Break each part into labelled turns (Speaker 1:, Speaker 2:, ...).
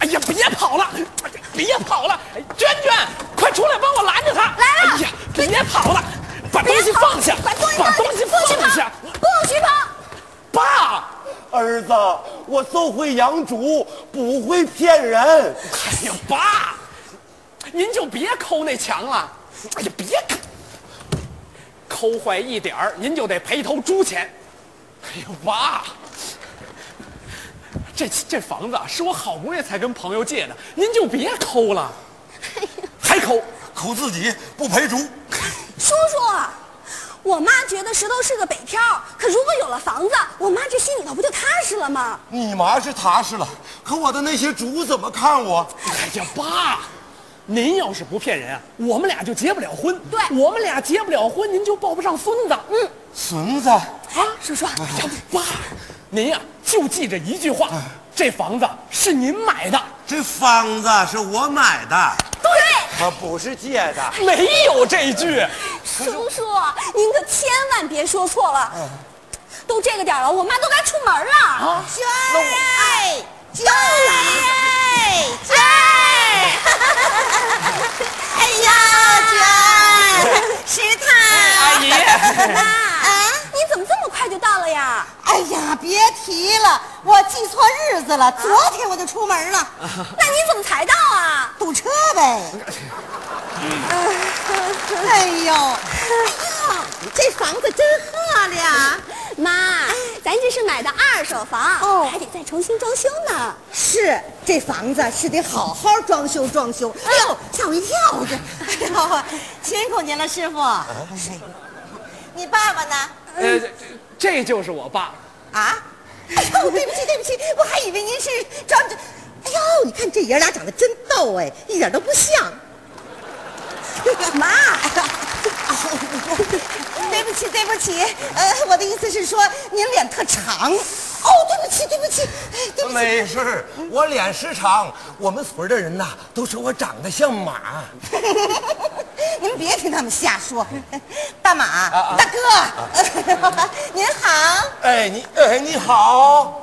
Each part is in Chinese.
Speaker 1: 哎呀，别跑了，别跑了！哎娟娟，快出来帮我拦着他！
Speaker 2: 来了
Speaker 1: 哎呀，别跑了，把东西
Speaker 2: 别跑
Speaker 1: 放下，
Speaker 2: 把东西
Speaker 1: 把
Speaker 2: 放下
Speaker 1: 东西放下！
Speaker 2: 不许跑！
Speaker 1: 爸，
Speaker 3: 儿子，我受会养猪，不会骗人。
Speaker 1: 哎呀，爸，您就别抠那墙了，哎呀，别抠抠坏一点儿，您就得赔头猪钱。哎呀，爸，这这房子啊是我好不容易才跟朋友借的，您就别抠了，还抠。
Speaker 4: 抠自己不陪猪，
Speaker 2: 叔叔，我妈觉得石头是个北漂，可如果有了房子，我妈这心里头不就踏实了吗？
Speaker 3: 你妈是踏实了，可我的那些猪怎么看我？
Speaker 1: 哎呀，爸，您要是不骗人啊，我们俩就结不了婚。
Speaker 2: 对
Speaker 1: 我们俩结不了婚，您就抱不上孙子。嗯，
Speaker 3: 孙子，
Speaker 2: 哎，叔叔，
Speaker 1: 哎呀，爸，您呀、就记着一句话，这房子是您买的，
Speaker 4: 这方子是我买的。
Speaker 2: 对，
Speaker 3: 我不是借的。
Speaker 1: 没有这句。
Speaker 2: 叔叔，您可千万别说错了。都这个点儿了，我妈都该出门了。
Speaker 1: 啊
Speaker 2: 娟儿，娟儿，娟儿，哎呀，娟儿，是她。
Speaker 1: 阿姨，
Speaker 2: 妈，你怎么这么快就到了呀？
Speaker 5: 哎呀，别提了，我记错日子了，昨天我就出门了，
Speaker 2: 那你怎么才到啊？
Speaker 5: 堵车呗。嗯哎呦，哎呀，这房子真漂亮。
Speaker 2: 妈，咱这是买的二手房，
Speaker 5: 哦
Speaker 2: 还得再重新装修呢。
Speaker 5: 是，这房子是得好好装修装修。哎呦，吓我一跳！这，哎呦，辛苦您了，师傅。哎你爸爸呢？
Speaker 1: 呃，这这就是我爸。
Speaker 5: 啊？ 哎呦，对不起，对不起，我还以为您是装着。哎呦，你看这爷俩长得真逗哎，一点都不像。 妈，对不起，对不起，呃，我的意思是说您脸特长。哦，对不起，对不起，哎对不起。
Speaker 3: 没事儿我脸时长，我们村儿的人呐、都说我长得像马。
Speaker 5: 你们别听他们瞎说。大马，大哥， 您好。
Speaker 3: 哎，你哎，你好。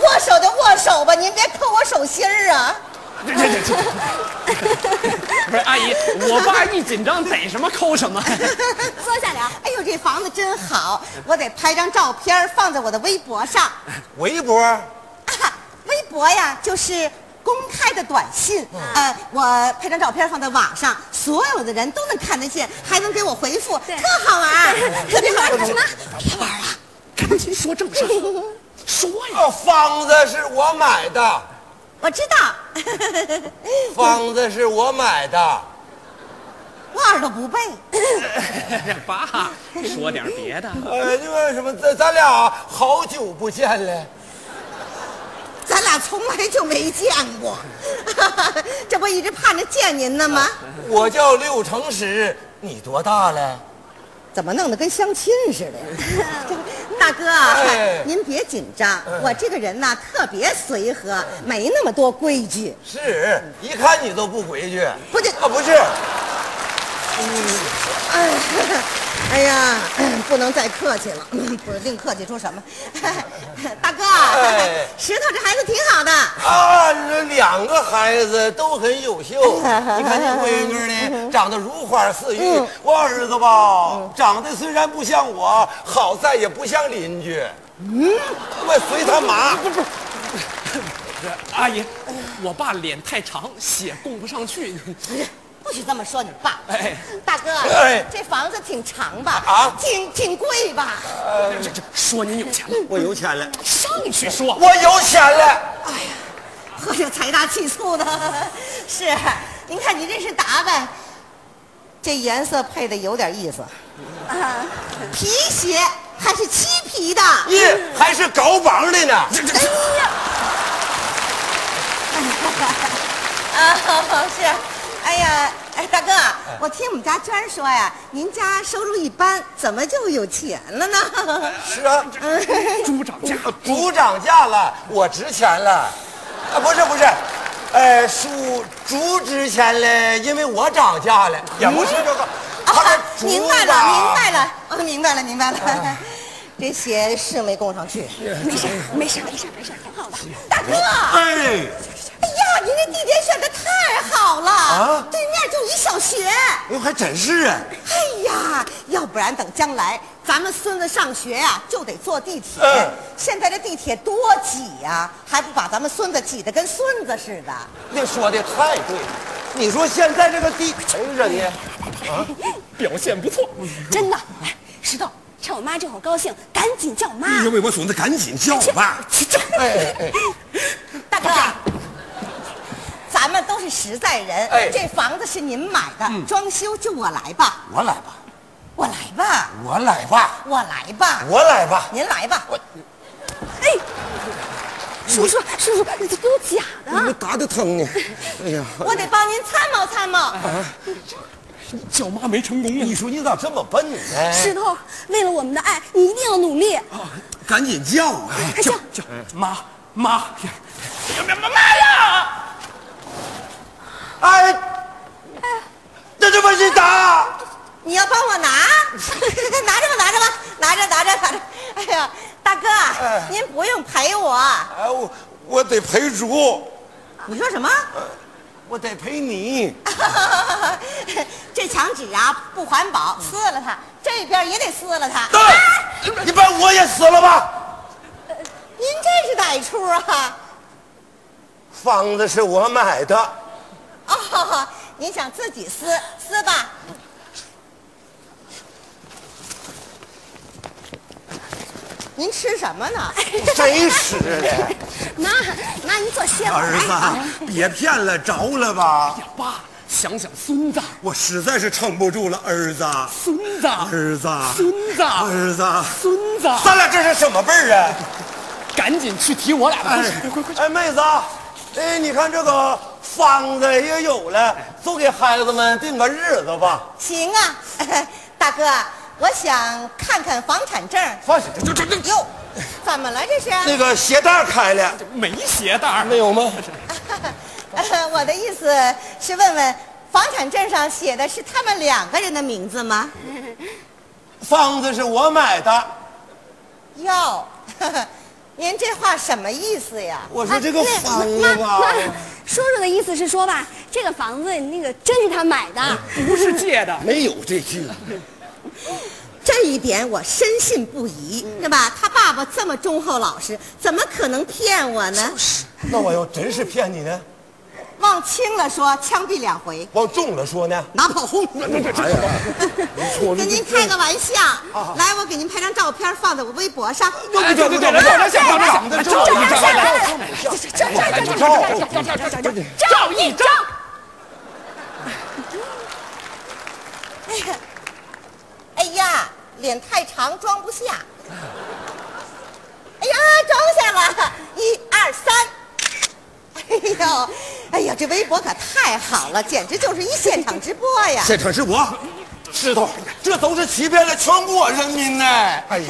Speaker 5: 握手就握手吧，您别扣我手心儿啊！
Speaker 1: 这这这这，不是阿姨，我爸一紧张逮什么抠什么。
Speaker 2: 坐下聊。
Speaker 5: 哎呦，这房子真好，我得拍张照片儿放在我的微博上。
Speaker 3: 微博，
Speaker 5: 啊，微博呀，就是公开的短信。呃，我拍张照片放在网上，所有的人都能看得见，还能给我回复，
Speaker 2: 对
Speaker 5: 特好玩儿。特别好玩什么？
Speaker 2: 别玩了，
Speaker 1: 赶紧说正事儿，说呀。
Speaker 3: 啊方子是我买的，
Speaker 5: 我知道，
Speaker 3: 方子是我买的。
Speaker 5: 我耳朵不背。
Speaker 1: 爸，说点别的。
Speaker 3: 呃，因为什么？咱咱俩好久不见了。
Speaker 5: 咱俩从来就没见过， 这不一直盼着见您呢吗？
Speaker 3: 我叫六成石，你多大了？
Speaker 5: 怎么弄得跟相亲似的 呀？大哥，啊
Speaker 3: 哎
Speaker 5: 您别紧张，我这个人呐特别随和，没那么多规矩。
Speaker 3: 是，一看你都不规矩。
Speaker 5: 不是
Speaker 3: 啊，不是，
Speaker 5: 哎， 哎呀，不能再客气了， 不是另客气出什么？ 大哥
Speaker 3: 哎，
Speaker 5: 石头这孩子挺好的。
Speaker 3: 啊，这两个孩子都很优秀。 你看这闺女呢，长得如花似玉；
Speaker 5: 嗯
Speaker 3: 我儿子吧，长得虽然不像我，好在也不像邻居。嗯，我随他妈。
Speaker 1: 阿姨，我爸脸太长，血供不上去。
Speaker 5: 不许这么说你爸
Speaker 1: 哎，
Speaker 5: 大哥啊
Speaker 3: 哎，
Speaker 5: 这房子挺长吧？
Speaker 3: 啊
Speaker 5: 挺挺贵吧？
Speaker 1: 这这说您有钱了，
Speaker 3: 我有钱了，
Speaker 1: 上去说。
Speaker 3: 我有钱了。
Speaker 5: 喝着财大气粗的， 是。您看你这身打扮，这颜色配的有点意思。啊，皮鞋还是漆皮 的。
Speaker 3: 咦，还是高帮的呢。
Speaker 5: 哎呀，啊，是。哎呀，哎，大哥，我听我们家娟儿说呀，您家收入一般，怎么就有钱了呢？
Speaker 3: 是啊，
Speaker 1: 猪涨价，
Speaker 3: 猪涨价了，我值钱了。啊，不是不是，呃，猪猪值钱了，因为我涨价了，也不是这个。他
Speaker 5: 啊
Speaker 3: 得煮
Speaker 5: 明白了，
Speaker 3: 吧
Speaker 5: 明白了，啊，明白了，明白了。 这鞋是没供上去，
Speaker 2: 没事，没事，没事，没事，挺好的。
Speaker 5: 大哥，哎
Speaker 4: 哎，
Speaker 5: 呀，您这地点选的太好了，
Speaker 3: 啊
Speaker 5: 对面就一小学。
Speaker 4: 哎呦，还真是啊！
Speaker 5: 哎呀，要不然等将来咱们孙子上学呀、就得坐地铁。
Speaker 3: 嗯
Speaker 5: 现在这地铁多挤呀、还不把咱们孙子挤得跟孙子似的。
Speaker 3: 那说的太对了。你说现在这个地，哎呦，人家
Speaker 1: 表现不错。
Speaker 2: 真的，哎，石头，趁我妈这会儿高兴，赶紧叫我妈。
Speaker 4: 哎呦喂，我孙子赶紧叫我爸！
Speaker 3: 哎
Speaker 5: 大哥，咱们都是实在人，
Speaker 3: 哎嗯
Speaker 5: 这房子是您买的，装修就我来吧，
Speaker 3: 我来吧，
Speaker 5: 我来吧，
Speaker 3: 我来吧，
Speaker 5: 我来吧，
Speaker 3: 我来吧。
Speaker 5: 您来吧。
Speaker 2: 哎，叔叔，叔叔，你这给我假的，
Speaker 3: 嘎的疼呢，哎呀，
Speaker 5: 我得帮您参谋参谋，
Speaker 1: 叫妈没成功
Speaker 3: 你
Speaker 1: 啊！
Speaker 3: 说你咋这么笨呢？
Speaker 2: 石头，为了我们的爱，你一定要努力。
Speaker 4: 赶紧叫
Speaker 3: 啊
Speaker 4: 我！
Speaker 2: 快叫，
Speaker 1: 叫妈妈，妈妈妈呀！
Speaker 3: 哎，这这不是打？
Speaker 5: 你要帮我拿， 拿着吧，拿着吧，拿着拿着拿着。哎呀，大哥，啊您不用陪我，
Speaker 3: 哎，我我得陪主，
Speaker 5: 你说什么？
Speaker 3: 我得陪你。
Speaker 5: 这墙纸啊不环保，撕了它，这边也得撕了它。
Speaker 3: 对，你把我也死了吧。
Speaker 5: 您这是哪出啊？
Speaker 3: 房子是我买的，
Speaker 5: 哦，您想自己撕撕吧？您吃什么呢？
Speaker 3: 真啊是的。
Speaker 2: 妈妈，你坐歇会儿。
Speaker 4: 儿子，别骗了，着了吧！
Speaker 1: 爸，想想孙子，
Speaker 4: 我实在是撑不住了，儿子，
Speaker 1: 孙子，
Speaker 4: 儿子，
Speaker 1: 孙子，
Speaker 4: 儿子，
Speaker 1: 孙子，
Speaker 3: 咱俩这是什么辈儿啊？
Speaker 1: 赶紧去提我俩吧！快快快！
Speaker 3: 哎，妹子啊，哎，你看这个房子也有了，就给孩子们定个日子吧。
Speaker 5: 行啊， 大哥，啊我想看看房产证。
Speaker 3: 放心，
Speaker 1: 这这这
Speaker 5: 哟，怎么了这是？
Speaker 3: 那个鞋带开了
Speaker 1: 没鞋带儿，
Speaker 3: 没有吗？
Speaker 5: 呃我的意思是问问，房产证上写的是他们两个人的名字吗？
Speaker 3: 房子是我买的，
Speaker 5: 哟，您这话什么意思呀？
Speaker 3: 我说这个房
Speaker 2: 妈
Speaker 3: 子吧，
Speaker 2: 妈，叔叔的意思是说吧，这个房子那个真是他买的。
Speaker 1: 不是借的。
Speaker 3: 没有这句。
Speaker 5: 这一点我深信不疑，对吧？他爸爸这么忠厚老实，怎么可能骗我呢？
Speaker 3: 那我要真是骗你呢，
Speaker 5: 往轻了说，枪毙两回，
Speaker 3: 往重了说呢？
Speaker 5: 拿跑轰。跟您开个玩笑，来，我给您拍张照片，放在我微博上。
Speaker 1: 对对对，来照张相，照张相，照一张，照照一张。
Speaker 5: 哎呀，脸太长装不下。哎呀，装下了，一二三。哎呦，哎呀，这微博可太好了，简直就是一现场直播呀！
Speaker 4: 现场直播，
Speaker 3: 石头，这都是欺骗了全国人民呢。哎，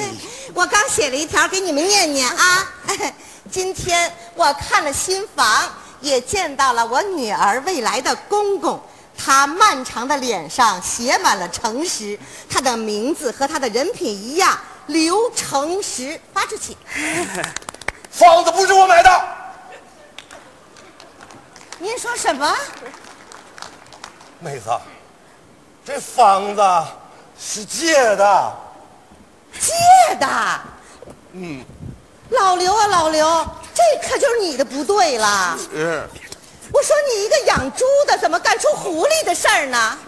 Speaker 5: 我刚写了一条给你们念念啊。今天我看了新房，也见到了我女儿未来的公公。他漫长的脸上写满了诚实，他的名字和他的人品一样，刘诚实。发出去，
Speaker 3: 房子不是我买的，
Speaker 5: 您说什么？
Speaker 3: 妹子，这房子是借的。
Speaker 5: 借的。嗯。老刘啊，老刘，这可就是你的不对了。我说你一个养猪的，怎么干出狐狸的事儿呢？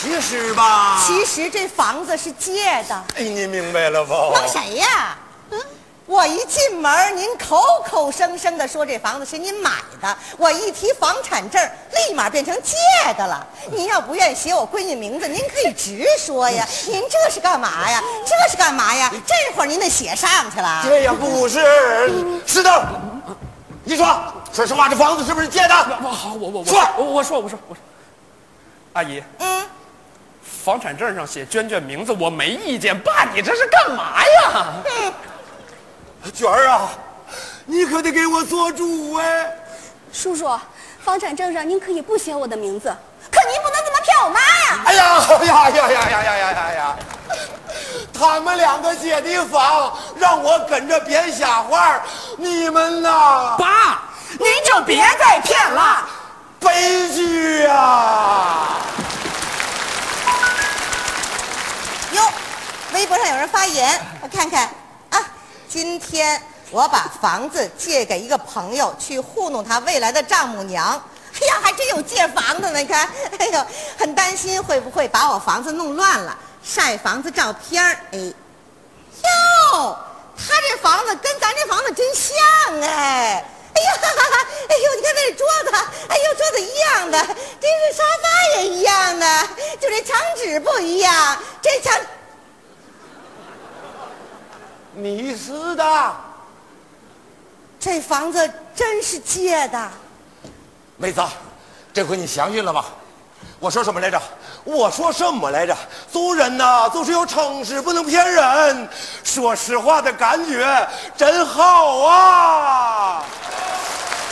Speaker 3: 其实吧，
Speaker 5: 其实这房子是借的，
Speaker 3: 哎，你明白了吧？
Speaker 5: 蒙谁呀？哦嗯，我一进门，您口口声声的说这房子是您买的，我一提房产证，立马变成借的了。您要不愿意写我闺女名字，您可以直说呀。您这是干嘛呀？这是干嘛呀？这会儿您得写上去了。
Speaker 3: 这也不是，石头，你说，说实话，这房子是不是借的？
Speaker 1: 我好，我我我我我说我说我说，阿姨，
Speaker 5: 嗯，
Speaker 1: 房产证上写娟娟名字，我没意见。爸，你这是干嘛呀？
Speaker 3: 娟儿啊，你可得给我做主哎！
Speaker 2: 叔叔，房产证上您可以不写我的名字，叫我妈呀！
Speaker 3: 哎呀呀呀哎呀呀呀呀呀呀！他们两个姐弟房，让我跟着编瞎话你们呐，
Speaker 1: 爸，您就别再骗了。
Speaker 3: 悲剧啊！
Speaker 5: 哟，微博上有人发言，我看看啊。今天我把房子借给一个朋友去糊弄他未来的丈母娘。哎呀，还真有借房的呢！你看，哎呦，很担心会不会把我房子弄乱了，晒房子照片儿。哎，哟，他这房子跟咱这房子真像哎！哎呀，哎呦，你看那桌子，哎呦，桌子一样的，这个沙发也一样的，就这墙纸不一样，这墙。
Speaker 3: 你是的，
Speaker 5: 这房子真是借的，
Speaker 3: 妹子，这回你详细了吧？我说什么来着？我说什么来着？做人呐、就是要诚实，不能骗人。说实话的感觉真好啊！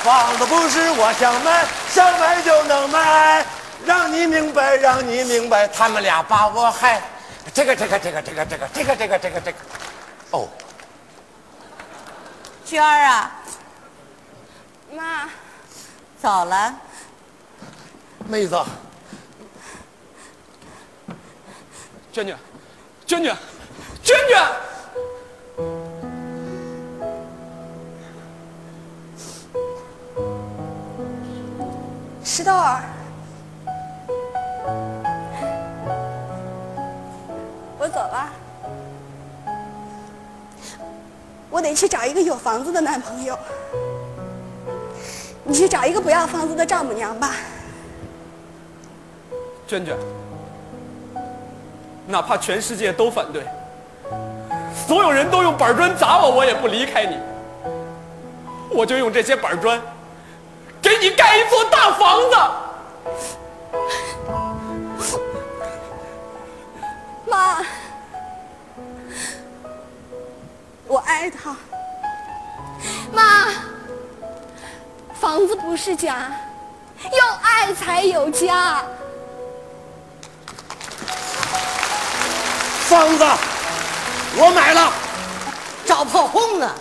Speaker 3: 房子不是我想卖，想买就能卖，让你明白，让你明白，他们俩把我害。这个，这个，这个，这个，这个，这个，这个，这个，这个，哦。
Speaker 5: 娟儿啊，
Speaker 2: 妈，
Speaker 5: 走了。
Speaker 3: 妹子，
Speaker 1: 娟娟，娟娟，娟娟，
Speaker 2: 石头儿，我走了，我得去找一个有房子的男朋友。你去找一个不要房子的丈母娘吧。
Speaker 1: 娟娟，哪怕全世界都反对，所有人都用板砖砸我，我也不离开你。我就用这些板砖，给你盖一座大房子。
Speaker 2: 妈，我爱他。妈，房子不是家，有爱才有家。
Speaker 3: 房子我买了。
Speaker 5: 找破啊哄呢。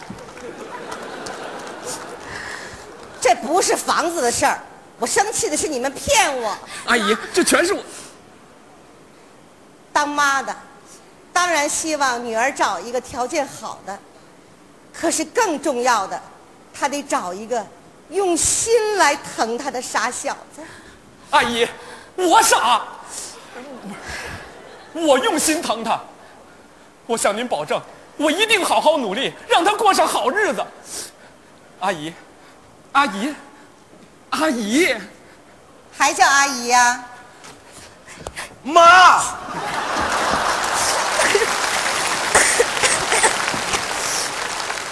Speaker 5: 这不是房子的事儿，我生气的是你们骗我。
Speaker 1: 阿姨，这全是我。
Speaker 5: 当妈的，当然希望女儿找一个条件好的，可是更重要的，她得找一个用心来疼她的傻小子。
Speaker 1: 阿姨，我傻，我用心疼她。我向您保证，我一定好好努力，让她过上好日子。阿姨，阿姨，阿姨，
Speaker 5: 还叫阿姨啊呀、
Speaker 3: 妈，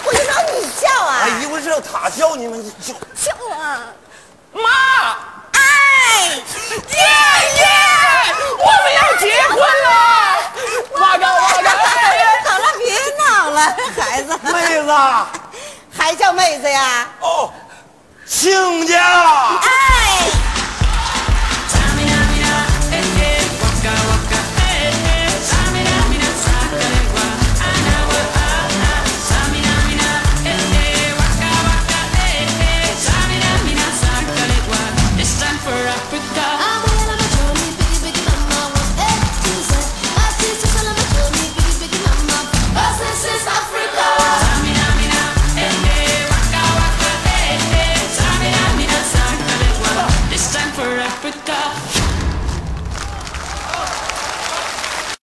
Speaker 5: 我就让你叫啊！
Speaker 3: 阿姨，我知道他叫你们，你就
Speaker 2: 救我！
Speaker 1: 妈，
Speaker 5: 哎，
Speaker 1: 爷爷，我们要结婚了！哇嘎哇嘎，哎呀
Speaker 5: 好了，别闹了，孩子，
Speaker 3: 妹子
Speaker 5: 还叫妹子呀？
Speaker 3: 哦，亲家，
Speaker 5: 哎。
Speaker 6: It's time for Africa.
Speaker 7: This is Africa.
Speaker 6: It's time for Africa.